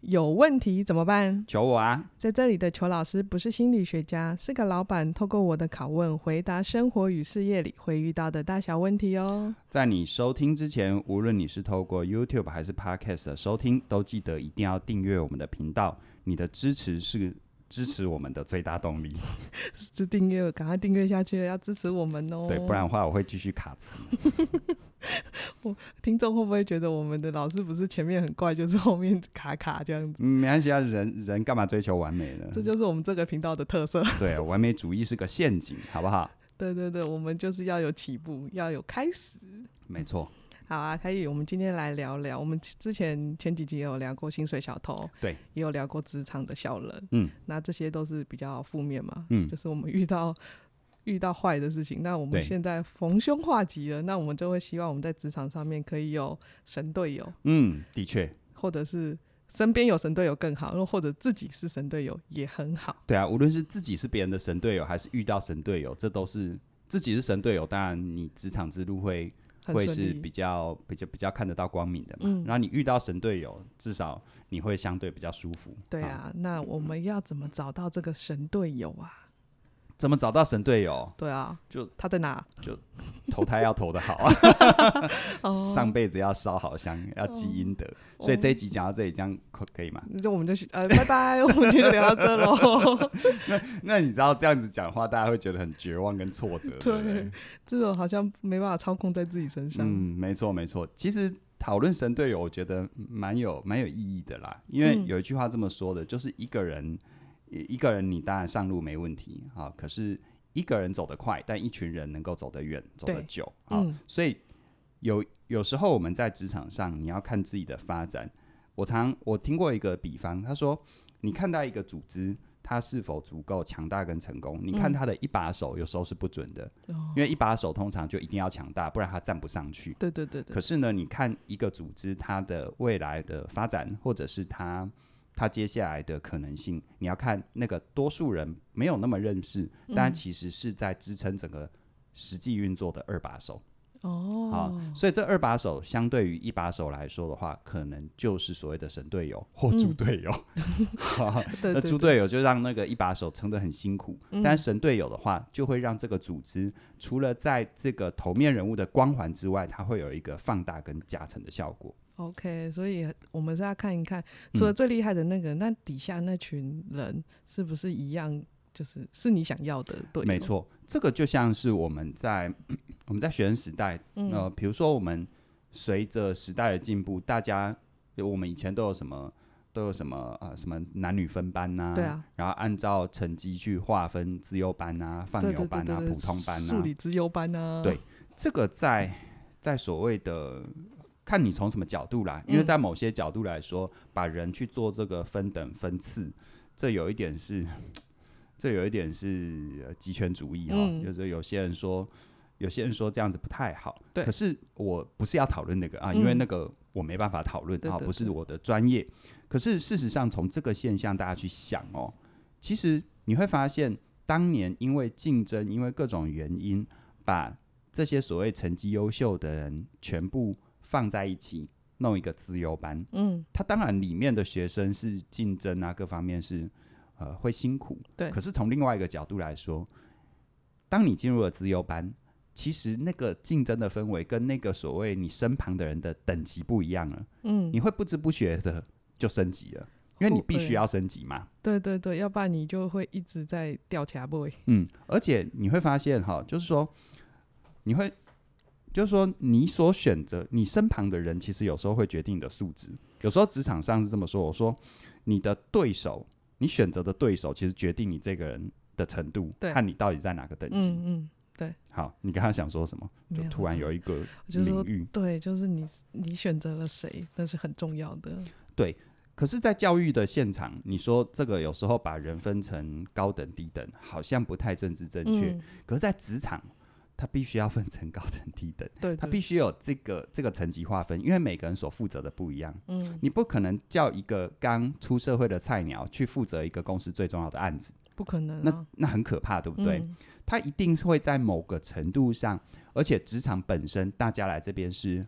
有问题怎么办？求我啊！在这里的裘老师不是心理学家，是个老板。透过我的拷问，回答生活与事业里会遇到的大小问题哦。在你收听之前，无论你是透过 YouTube 还是 Podcast 的收听，都记得一定要订阅我们的频道。你的支持是支持我们的最大动力，是订阅，赶快订阅下去，要支持我们哦。对，不然的话我会继续卡词。听众会不会觉得我们的老师不是前面很怪，就是后面卡卡这样子？嗯，没关系啊，人人干嘛追求完美呢？这就是我们这个频道的特色。 对，啊完美主义是个陷阱，好不好？对对对，我们就是要有起步，要有开始。没错，好啊，可以。我们今天来聊聊，我们之前前几集也有聊过薪水小偷，对，也有聊过职场的小人，嗯，那这些都是比较负面嘛，嗯就是我们遇到遇到坏的事情，那我对们现在逢凶化吉了，那我们就会希望我们在职场上面可以有神队友，嗯，的确，或者是身边有神队友更好，或者自己是神队友也很好。对啊，无论是自己是别人的神队友，还是遇到神队友，这都是自己是神队友，当然你职场之路会很会顺是利比较比较比较看得到光明的嘛。嗯然后你遇到神队友，至少你会相对比较舒服。对啊，那嗯我们要怎么找到这个神队友啊？怎么找到神队友？对啊，就他在哪？投胎要投得好 啊， 哦上辈子要烧好香，要积阴德。所以这一集讲到这里，这样可可以 吗？那我们就是呃，拜拜，我们就聊到这喽。 那你知道这样子讲话，大家会觉得很绝望跟挫折，对不对对？这种好像没办法操控在自己身上。嗯，没错没错。其实讨论神队友，我觉得蛮有蛮有意义的啦，因为嗯有一句话这么说的，就是一个人一一个人你当然上路没问题啊，可是一个人走得快，但一群人能够走得远，走得对久啊，嗯所以有有时候我们在职场上，你要看自己的发展。我常我听过一个比方，他说，你看待一个组织，它是否足够强大跟成功，你看嗯他的一把手有时候是不准的，哦因为一把手通常就一定要强大，不然他站不上去。对对对对可，是呢，你看一个组织它的未来的发展，或者是它它接下来的可能性，你要看那个多数人没有那么认识，嗯但其实是在支撑整个实际运作的二把手。好、哦，所以这二把手相对于一把手来说的话，可能就是所谓的神队友或猪队友。 好嗯对 那对对，猪嗯队友就让那个一把手撑得很辛苦，但神队友的话，就会让这个组织除了在这个头面人物的光环之外，它会有一个放大跟加成的效果。 OK，所以我们是要看一看，嗯除了最厉害的那个，那底下那群人是不是一样，就是是你想要的队友？没，错，这个就像是我们在 我们在学生时代，嗯呃，比如说我们随着时代的进步，大家我们以前都有什么都有什么呃什么男女分班呐、对啊，然后按照成绩去划分资优班啊、放对牛对对班啊、对对，普通班数啊，理之优班啊，对这个在在所谓的看你从什么角度来，因为嗯在某些角度来说，把人去做这个分等分次，这有一点是，这有一点是呃极权主义哦，嗯就是有些人说。有些人说这样子不太好，对可是我不是要讨论那个啊，因为嗯那个我没办法讨论对啊，对不是对我的专业。可是事实上，从这个现象大家去想哦，其实你会发现，当年因为竞争，因为各种原因，把这些所谓成绩优秀的人全部放在一起弄一个资优班，嗯，他当然里面的学生是竞争啊，各方面是呃会辛苦，对可是从另外一个角度来说，当你进入了资优班，其实那个竞争的氛围跟那个所谓你身旁的人的等级不一样了，嗯，哦你会不知不觉的就升级了，因为你必须要升级嘛。对对对，要不然你就会一直在掉卡位。嗯，而且你会发现哈，就是说，你会，就是说，你所选择你身旁的人，其实有时候会决定你的素质。有时候职场上是这么说，我说你的对手，你选择的对手，其实决定你这个人的程度对和你到底在哪个等级。嗯嗯，好，你刚刚想说什么？就没有突然有一个就是说领域。对，就是你你选择了谁，那是很重要的。可是，在教育的现场，你说这个有时候把人分成高等、低等，好像不太政治正确。嗯，可是，在职场，它必须要分成高等、低等。 对，它对必须有这个这个层级划分，因为每个人所负责的不一样。嗯你不可能叫一个刚出社会的菜鸟去负责一个公司最重要的案子，不可能那啊，那很可怕，对不对？嗯他一定会在某个程度上，而且职场本身大家来这边是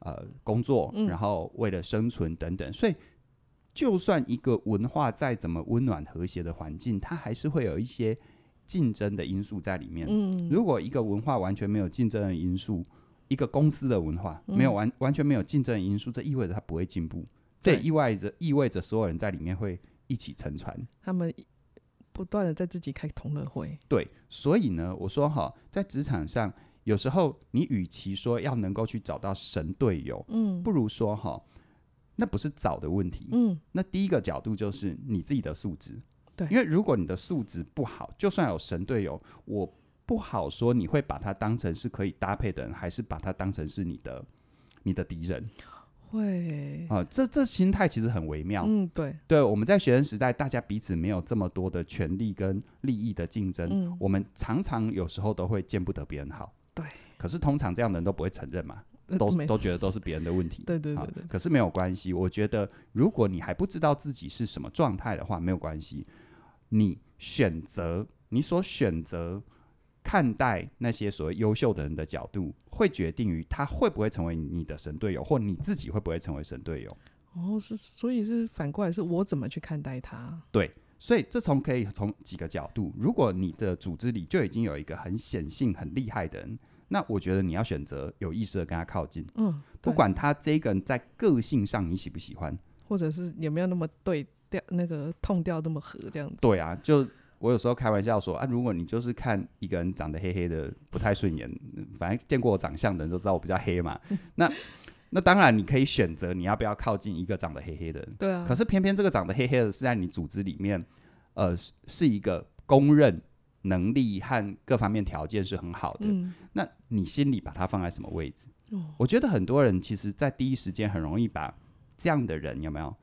呃工作，嗯然后为了生存等等，所以就算一个文化再怎么温暖和谐的环境，它还是会有一些竞争的因素在里面。嗯，如果一个文化完全没有竞争的因素，一个公司的文化嗯没有完、完全没有竞争的因素，这意味着它不会进步，这对也意味着意味着所有人在里面会一起沉船。嗯他们不断的在自己开同乐会，对，所以呢，我说哈，在职场上，有时候你与其说要能够去找到神队友，嗯不如说哈，那不是找的问题。嗯，那第一个角度就是你自己的素质，对因为如果你的素质不好，就算有神队友，我不好说你会把他当成是可以搭配的人，还是把他当成是你的你的敌人会，啊、这这心态其实很微妙。嗯，对，对，我们在学生时代，大家彼此没有这么多的权利跟利益的竞争，嗯我们常常有时候都会见不得别人好。对，可是通常这样的人都不会承认嘛，呃都没都啊觉得都是别人的问题。对对好对对，可是没有关系，我觉得如果你还不知道自己是什么状态的话，没有关系，你选择你所选择看待那些所谓优秀的人的角度，会决定于他会不会成为你的神队友，或你自己会不会成为神队友。哦，是，所以是反过来是我怎么去看待他，所以这从可以从几个角度，如果你的组织里就已经有一个很显性、很厉害的人，那我觉得你要选择有意识的跟他靠近，嗯，不对管他这个人在个性上你喜不喜欢。或者是有没有那么对调那个痛调那么合这样子，对啊，就我有时候开玩笑说啊，如果你就是看一个人长得黑黑的不太顺眼，嗯反正见过我长相的人都知道我比较黑嘛。那那当然你可以选择你要不要靠近一个长得黑黑的人，对啊，可是偏偏这个长得黑黑的是在你组织里面，呃，是是一个公认能力和各方面条件是很好的。嗯，那你心里把它放在什么位置？哦，我觉得很多人其实，在第一时间很容易把这样的人有没有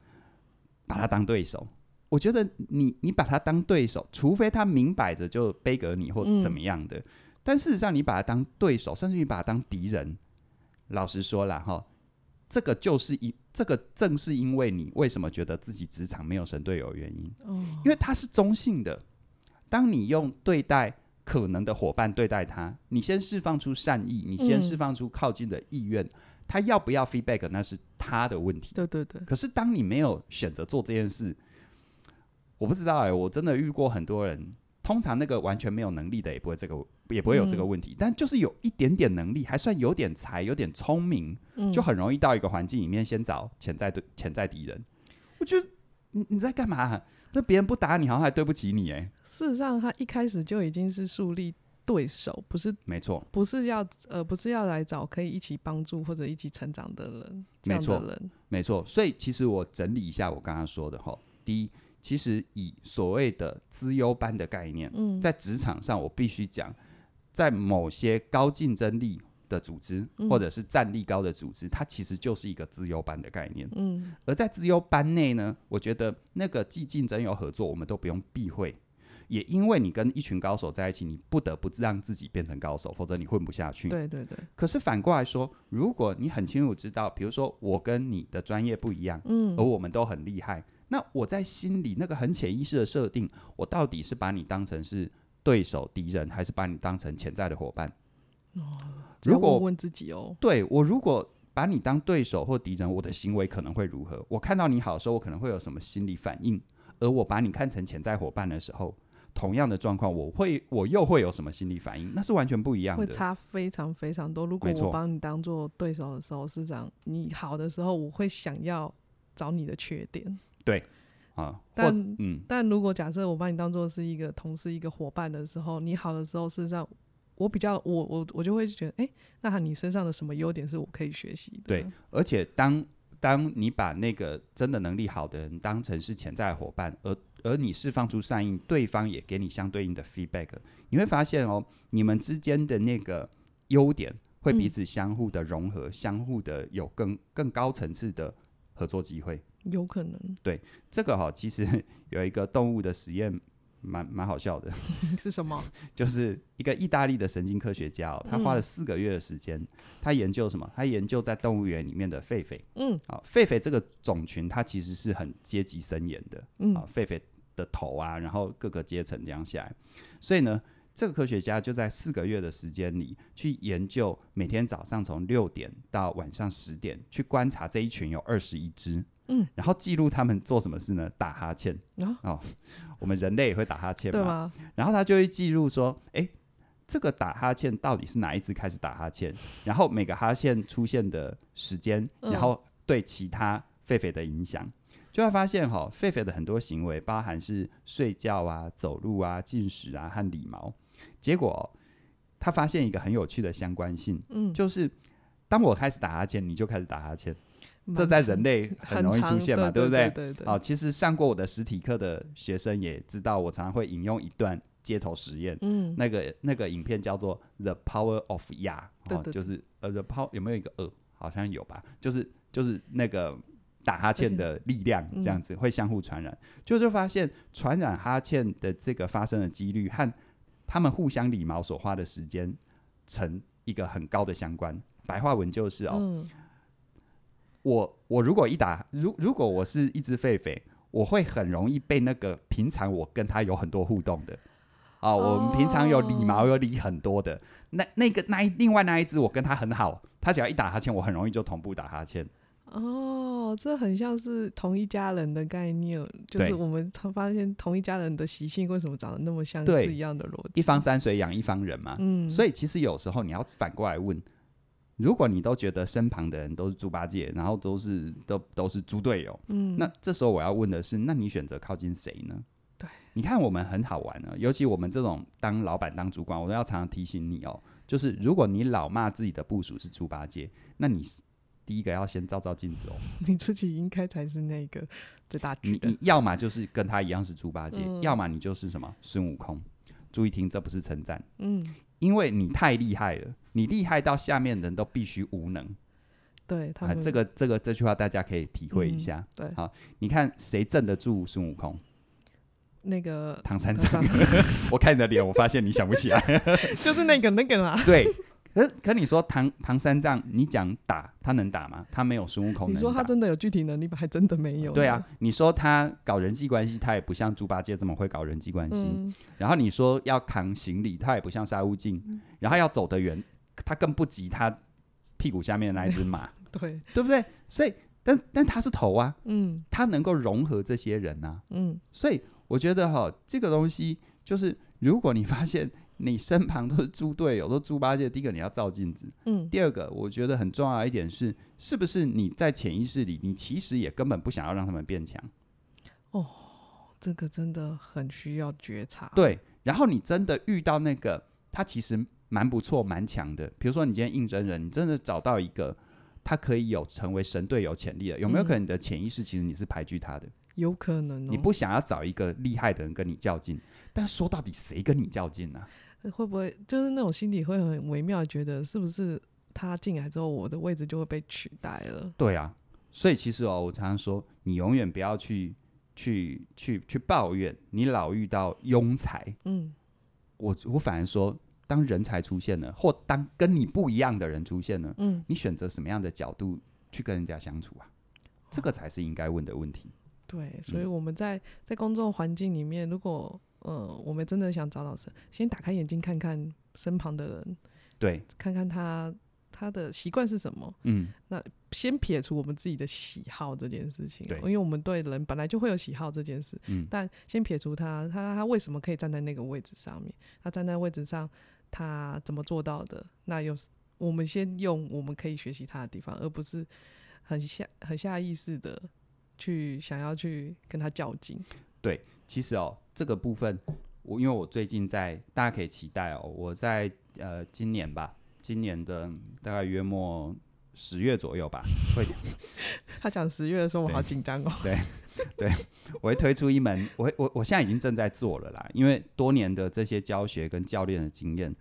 把他当对手。我觉得你你把他当对手，除非他明摆着就背隔你或嗯怎么样的，但事实上你把他当对手，甚至你把他当敌人，老实说啦，哈，这个就是一这个正是因为你为什么觉得自己职场没有神队友的原因，哦，因为它是中性的。当你用对待可能的伙伴对待他，你先释放出善意，你先嗯释放出靠近的意愿，他要不要 feedback 那是他的问题。对对对，可是当你没有选择做这件事，我不知道哎、我真的遇过很多人，通常那个完全没有能力的也不会这个也不会有这个问题，但就是有一点点能力，还算有点才，有点聪明，嗯，就很容易到一个环境里面先找潜在对潜在敌人。我觉得你你在干嘛、那别人不打你，好像还对不起你哎。事实上他一开始就已经是树立对手，不是没错，不是要呃不是要来找可以一起帮助或者一起成长的人，这样没错的人，没错。所以其实我整理一下我刚刚说的哈，第一，其实以所谓的资优班的概念，嗯，在职场上我必须讲，在某些高竞争力的组织嗯或者是战力高的组织，它其实就是一个资优班的概念。嗯而在资优班内呢，我觉得那个既竞争又合作，我们都不用避讳。也因为你跟一群高手在一起，你不得不让自己变成高手，否则你混不下去。嗯对对对，可是反过来说，如果你很清楚知道，比如说我跟你的专业不一样，嗯而，我们都很厉害，那我在心里那个很潜意识的设定，我到底是把你当成是对手、敌人，还是把你当成潜在的伙伴？哦只要如果问问自己哦，对我如果把你当对手或敌人，我的行为可能会如何？我看到你好的时候，我可能会有什么心理反应？而我把你看成潜在伙伴的时候，同样的状况，我会我又会有什么心理反应？那是完全不一样会的。差非常非常多。如果没错我帮你当做对手的时候，是这样，你好的时候，我会想要找你的缺点。啊，或但嗯，但如果假设我把你当做是一个同事、一个伙伴的时候，你好的时候，事实上我比较我我我就会觉得，哎、那你身上的什么优点是我可以学习的？对，而且当当你把那个真的能力好的人当成是潜在的伙伴，而而你释放出善意，对方也给你相对应的 feedback，你会发现哦，你们之间的那个优点会彼嗯此相互的融合，相互的有更更高层次的合作机会。有可能这个哈、其实有一个动物的实验。蛮蛮好笑的， 是什么？就是一个意大利的神经科学家、哦，他嗯花了四个月的时间，他研究什么？他研究在动物园里面的狒狒。嗯啊，狒狒这个种群它其实是很阶级森严的啊嗯，狒狒的头啊，然后各个阶层这样下来，所以呢，这个科学家就在四个月的时间里去研究，每天早上从六点到晚上十点去观察这一群有二十一只嗯，然后记录他们做什么事呢？打哈欠。哦啊，我们人类也会打哈欠对嘛，吗？然后他就会记录说，哎、这个打哈欠到底是哪一只开始打哈欠，然后每个哈欠出现的时间，嗯然后对其他狒狒的影响。就会发现哈、狒狒的很多行为，包含是睡觉啊、走路啊、进食啊和理毛。结果哦、他发现一个很有趣的相关性，嗯，就是当我开始打哈欠，你就开始打哈欠，蛮这在常人类很很容易常出现嘛，对不对？对对啊，其实上过我的实体课的学生也知道，我常常会引用一段街头实验，嗯，那个那个影片叫做《The Power of Ya》，对哦，对就是呃，The Power 有没有一个呃，好像有吧，就是就是那个打哈欠的力量嗯这样子会相互传染，就就发现传染哈欠的这个发生的几率和他们互相理毛所花的时间成一个很高的相关。白话文就是哦，嗯我我如果一打，如如果我是一只狒狒，我会很容易被那个平常我跟它有很多互动的。啊、我们平常有理毛有理很多的，那那个那一另外那一只我跟它很好，它只要一打哈欠，我很容易就同步打哈欠。哦，这很像是同一家人的概念，哦就对是我们常发现同一家人的习性为什么长得那么像，对是一样的逻辑。一方山水养一方人嘛，嗯，所以以其实有时候你要反过来问，如果你都觉得身旁的人都是猪八戒，然后都是都都是猪队友，嗯，那这时候我要问的是，那你选择靠近谁呢？对，你看我们很好玩啊，尤其我们这种当老板、当主管，我都要常常提醒你哦，就是如果你老骂自己的部属是猪八戒，那你是第一个要先照照镜子哦，你自己应该才是那个最大局你的你。要么就是跟他一样是猪八戒，嗯要么你就是什么孙悟空。注意听，这不是称赞，嗯，因为你太厉害了，你厉害到下面人都必须无能。对他啊，们这个这个这句话大家可以体会一嗯下。对好，你看谁镇得住孙悟空？那个唐三呃唐藏。 我看你的脸，我发现你想不起来。 就是那个那个嘛。对，可可你说唐唐三藏，你讲打他能打吗？他没有孙悟空你能打。说他真的有具体能力吗？还真的没有。对啊，，你说他搞人际关系，他也不像猪八戒这么会搞人际关系。嗯，然后你说要扛行李，他也不像沙悟净。然后要走得远，他更不及他屁股下面的那一只马，对，对不对？所以，但但他是头啊，嗯他能够融合这些人啊。嗯所以我觉得哈，这个东西就是，如果你发现你身旁都是猪队友，都是猪八戒，第一个你要照镜子，嗯，第二个我觉得很重要一点是，是不是你在潜意识里，你其实也根本不想要让他们变强，这个真的很需要觉察。，对，然后你真的遇到那个他其实蛮不错、蛮强的，比如说你今天应征人，你真的找到一个。他可以有成为神队友潜力的，有没有可能你的潜意识其实你是排拒他的？有可能哦。你不想要找一个厉害的人跟你较劲，但说到底谁跟你较劲呢、会不会就是那种心里会很微妙，觉得是不是他进来之后，我的位置就会被取代了？对啊，所以其实哦，我常常说，你永远不要去去去去抱怨，你老遇到庸才。嗯，我我反而说，当人才出现了，或当跟你不一样的人出现了，嗯，你选择什么样的角度去跟人家相处啊？这个才是应该问的问题。对，所以我们在在工作环境里面，如果呃我们真的想找到谁，先打开眼睛看看身旁的人，对，看看他他的习惯是什么，嗯，先撇除我们自己的喜好这件事情，啊对因为我们对人本来就会有喜好这件事，嗯但先撇除他，他他为什么可以站在那个位置上面？他站在位置上，他怎么做到的？那又是我们先用我们可以学习他的地方，而不是很下很下意识的去想要去跟他较劲。 其实哦，这个部分，我因为我最近在，大家可以期待哦，我在呃今年吧，今年的大概约莫十月左右吧， 会他讲十月的时候，我对好紧张哦。我会推出一门，我会我我现在已经正在做了啦，因为多年的这些教学跟教练的经验，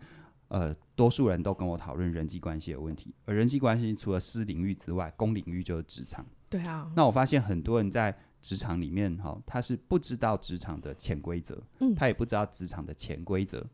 呃，多数人都跟我讨论人际关系的问题，而人际关系除了私领域之外，公领域就是职场。对啊，那我发现很多人在职场里面哈、他是不知道职场的潜规则，嗯他也不知道职场的潜规则。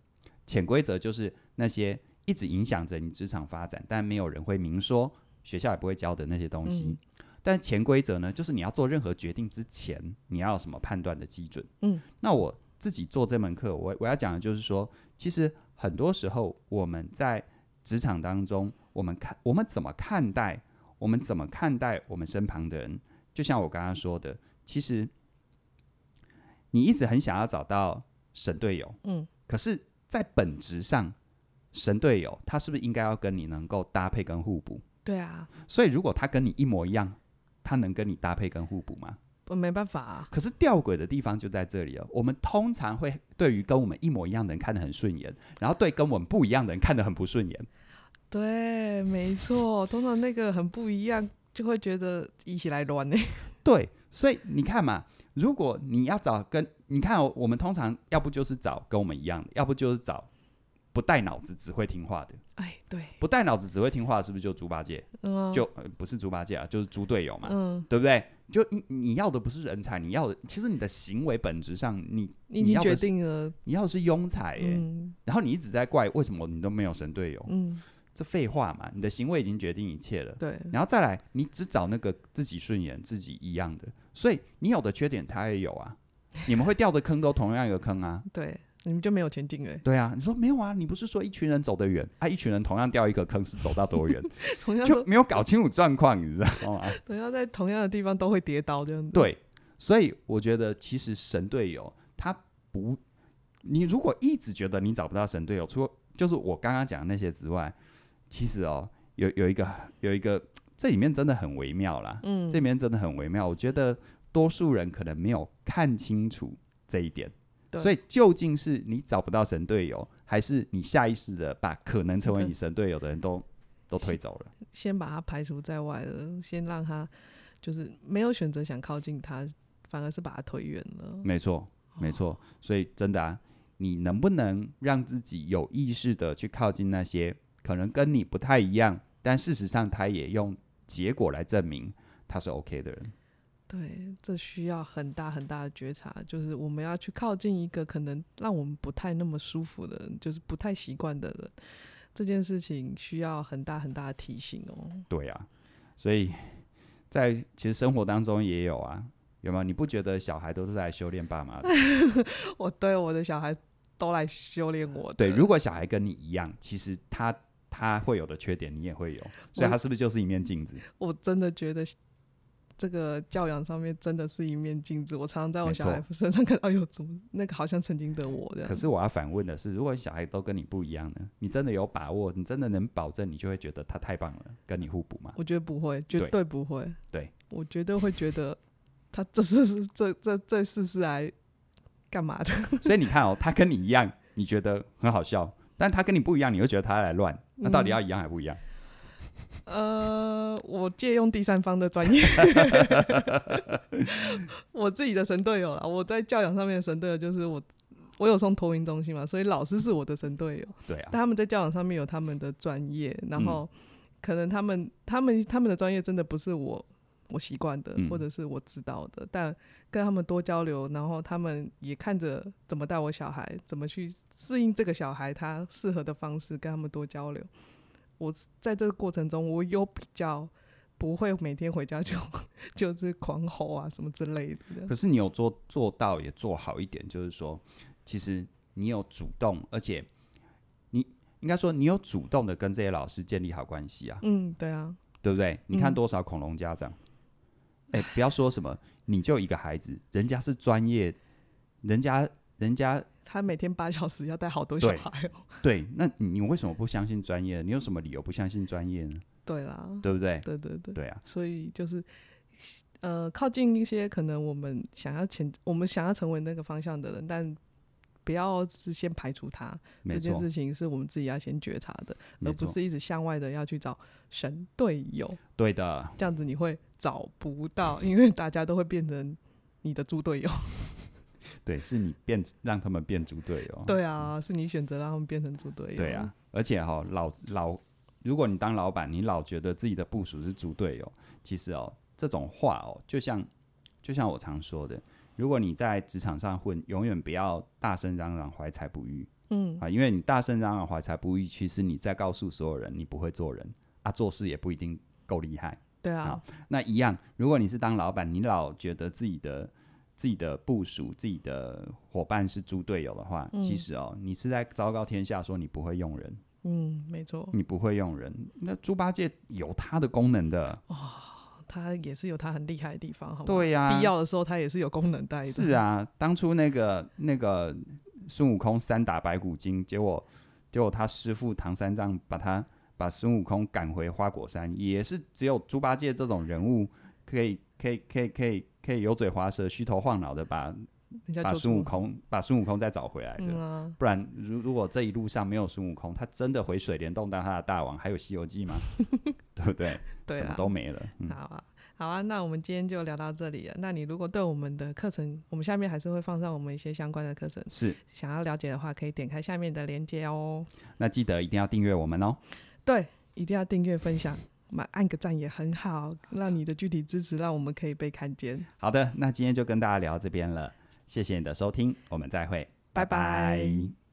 潜规则就是那些一直影响着你职场发展，但没有人会明说，学校也不会教的那些东西。嗯但潜规则呢，就是你要做任何决定之前，你要有什么判断的基准。嗯，那我自己做这门课，我我要讲的就是说，其实很多时候我们在职场当中，我们看我们怎么看待，我们怎么看待我们身旁的人，就像我刚刚说的，其实你一直很想要找到神队友，嗯，可是，在本质上，神队友他是不是应该要跟你能够搭配跟互补？对啊，所以，如果他跟你一模一样，他能跟你搭配跟互补吗？我没办法、啊，可是吊诡的地方就在这里哦了。我们通常会对于跟我们一模一样的人看得很顺眼，然后对跟我们不一样的人看得很不顺眼。对，没错，通常那个很不一样，就会觉得一起来乱呢、欸对，所以你看嘛，如果你要找跟你看、哦，我们通常要不就是找跟我们一样的，要不就是找不带脑子只会听话的。哎，对，不带脑子只会听话的，是不是就猪八戒？嗯啊、就、呃不是猪八戒啊，就是猪队友嘛，嗯，对不对？就你你要的不是人才，你要的其实你的行为本质上，你你已你经要的决是定了，你要的是庸才耶、嗯然后你一直在怪为什么你都没有神队友，嗯，这废话嘛，你的行为已经决定一切了。对，然后再来，你只找那个自己顺眼、自己一样的，所以你有的缺点他也有啊，你们会掉的坑都同样一个坑啊。对，你们就没有前进哎、对啊，你说没有啊？你不是说一群人走得远啊？一群人同样掉一个坑是走到 多远， 同样就都没有搞清楚状况，你知道吗？同样在同样的地方都会跌倒这样子。，对，所以我觉得其实神队友他不，你如果一直觉得你找不到神队友，除了就是我刚刚讲的那些之外，其实哦，有有一个有一个，这里面真的很微妙啦，嗯，这里面真的很微妙。我觉得多数人可能没有看清楚这一点。对所以，究竟是你找不到神队友，还是你下意识的把可能成为对你神队友的人都都推走了？先把他排除在外了，先让他就是没有选择想靠近他，反而是把他推远了。没错，哦没错。所以真的啊，你能不能让自己有意识的去靠近那些可能跟你不太一样，但事实上他也用结果来证明他是 OK 的人？对，这需要很大很大的觉察，就是我们要去靠近一个可能让我们不太那么舒服的人，就是不太习惯的人。这件事情需要很大很大的提醒哦。对啊，所以在其实生活当中也有啊，有没有？你不觉得小孩都是来修炼爸妈的？ 我对我的小孩都来修炼我的。对，如果小孩跟你一样，其实他。他会有的缺点，你也会有，所以我他是不是就是一面镜子？我真的觉得这个教养上面真的是一面镜子。我常常在我没小孩身上看到，哎呦，怎么那个好像曾经的我这样。可是我要反问的是，如果小孩都跟你不一样呢？你真的有把握？你真的能保证你就会觉得他太棒了，跟你互 补吗？我觉得不会，绝对对不会。对，我绝对会觉得他这是这这这事是来干嘛的？ 所以你看哦，他跟你一样，你觉得很好笑，但他跟你不一样，你会觉得他来乱，那到底要一样还不一样？呃，我借用第三方的专业， 我自己的神队友啦。我在教养上面的神队友就是我，我有送托运中心嘛，所以老师是我的神队友。对啊，嗯但他们在教养上面有他们的专业，然后可能他们、他们、他们的专业真的不是我我习惯的，嗯或者是我知道的，但跟他们多交流，然后他们也看着怎么带我小孩，怎么去适应这个小孩他适合的方式，跟他们多交流。我在这个过程中，我有比较不会每天回家就 就是狂吼啊什么之类的。可是你有做做到也做好一点，就是说，其实你有主动，而且你应该说你有主动的跟这些老师建立好关系啊，嗯，对啊，对不对？你看嗯多少恐龙家长，哎、不要说什么，你就一个孩子，人家是专业，人家人家他每天八小时要带好多小对孩哦、对，那你你为什么不相信专业？你有什么理由不相信专业呢？对啦，对不对？对对对。对啊，所以就是呃，靠近一些可能我们想要前我们想要成为那个方向的人，但不要是先排除他没这件错，事情，是我们自己要先觉察的，没而不错，是一直向外的要去找神队友，对的，这样子你会找不到，因为大家都会变成。你的猪队友，哦对，是你变让他们变猪队友。对啊，是你选择让他们变成猪队友。对啊，，而且哈、老老，如果你当老板，你老觉得自己的部署是猪队友，其实哦，这种话哦，就像就像我常说的，如果你在职场上混，永远不要大声嚷嚷怀才不遇嗯，啊，因为你大声嚷嚷怀才不遇，其实你在告诉所有人你不会做人啊，做事也不一定够厉害。对啊好，那一样，如果你是当老板，你老觉得自己的自己的部署、自己的伙伴是猪队友的话，嗯其实哦，你是在昭告天下说你不会用人，嗯，没错，哦你不会用人。那猪八戒有它的功能的，它也是有它很厉害的地方，好吗？对呀、必要的时候它也是有功能带的。是，啊，当初那个那个孙悟空三打白骨精，结果结果他师傅唐三藏把他把孙悟空赶回花果山，也是只有猪八戒这种人物可以可以可以可以可以油嘴滑舌、虚头晃脑的把人家把就孙出悟空把孙悟空再找回来的。嗯啊，不然，如如果这一路上没有孙悟空，他真的回水帘洞当他的大王，还有《西游记》吗？ 对不对？对什么啊都没了。嗯好，啊，好啊，那我们今天就聊到这里了。那你如果对我们的课程，我们下面还是会放上我们一些相关的课程，是。想要了解的话，可以点开下面的链接哦。那记得一定要订阅我们哦。对，一定要订阅分享。买按个赞也很好，让你的具体支持让我们可以被看见。好的，那今天就跟大家聊到这边了，谢谢你的收听，我们再会，拜拜拜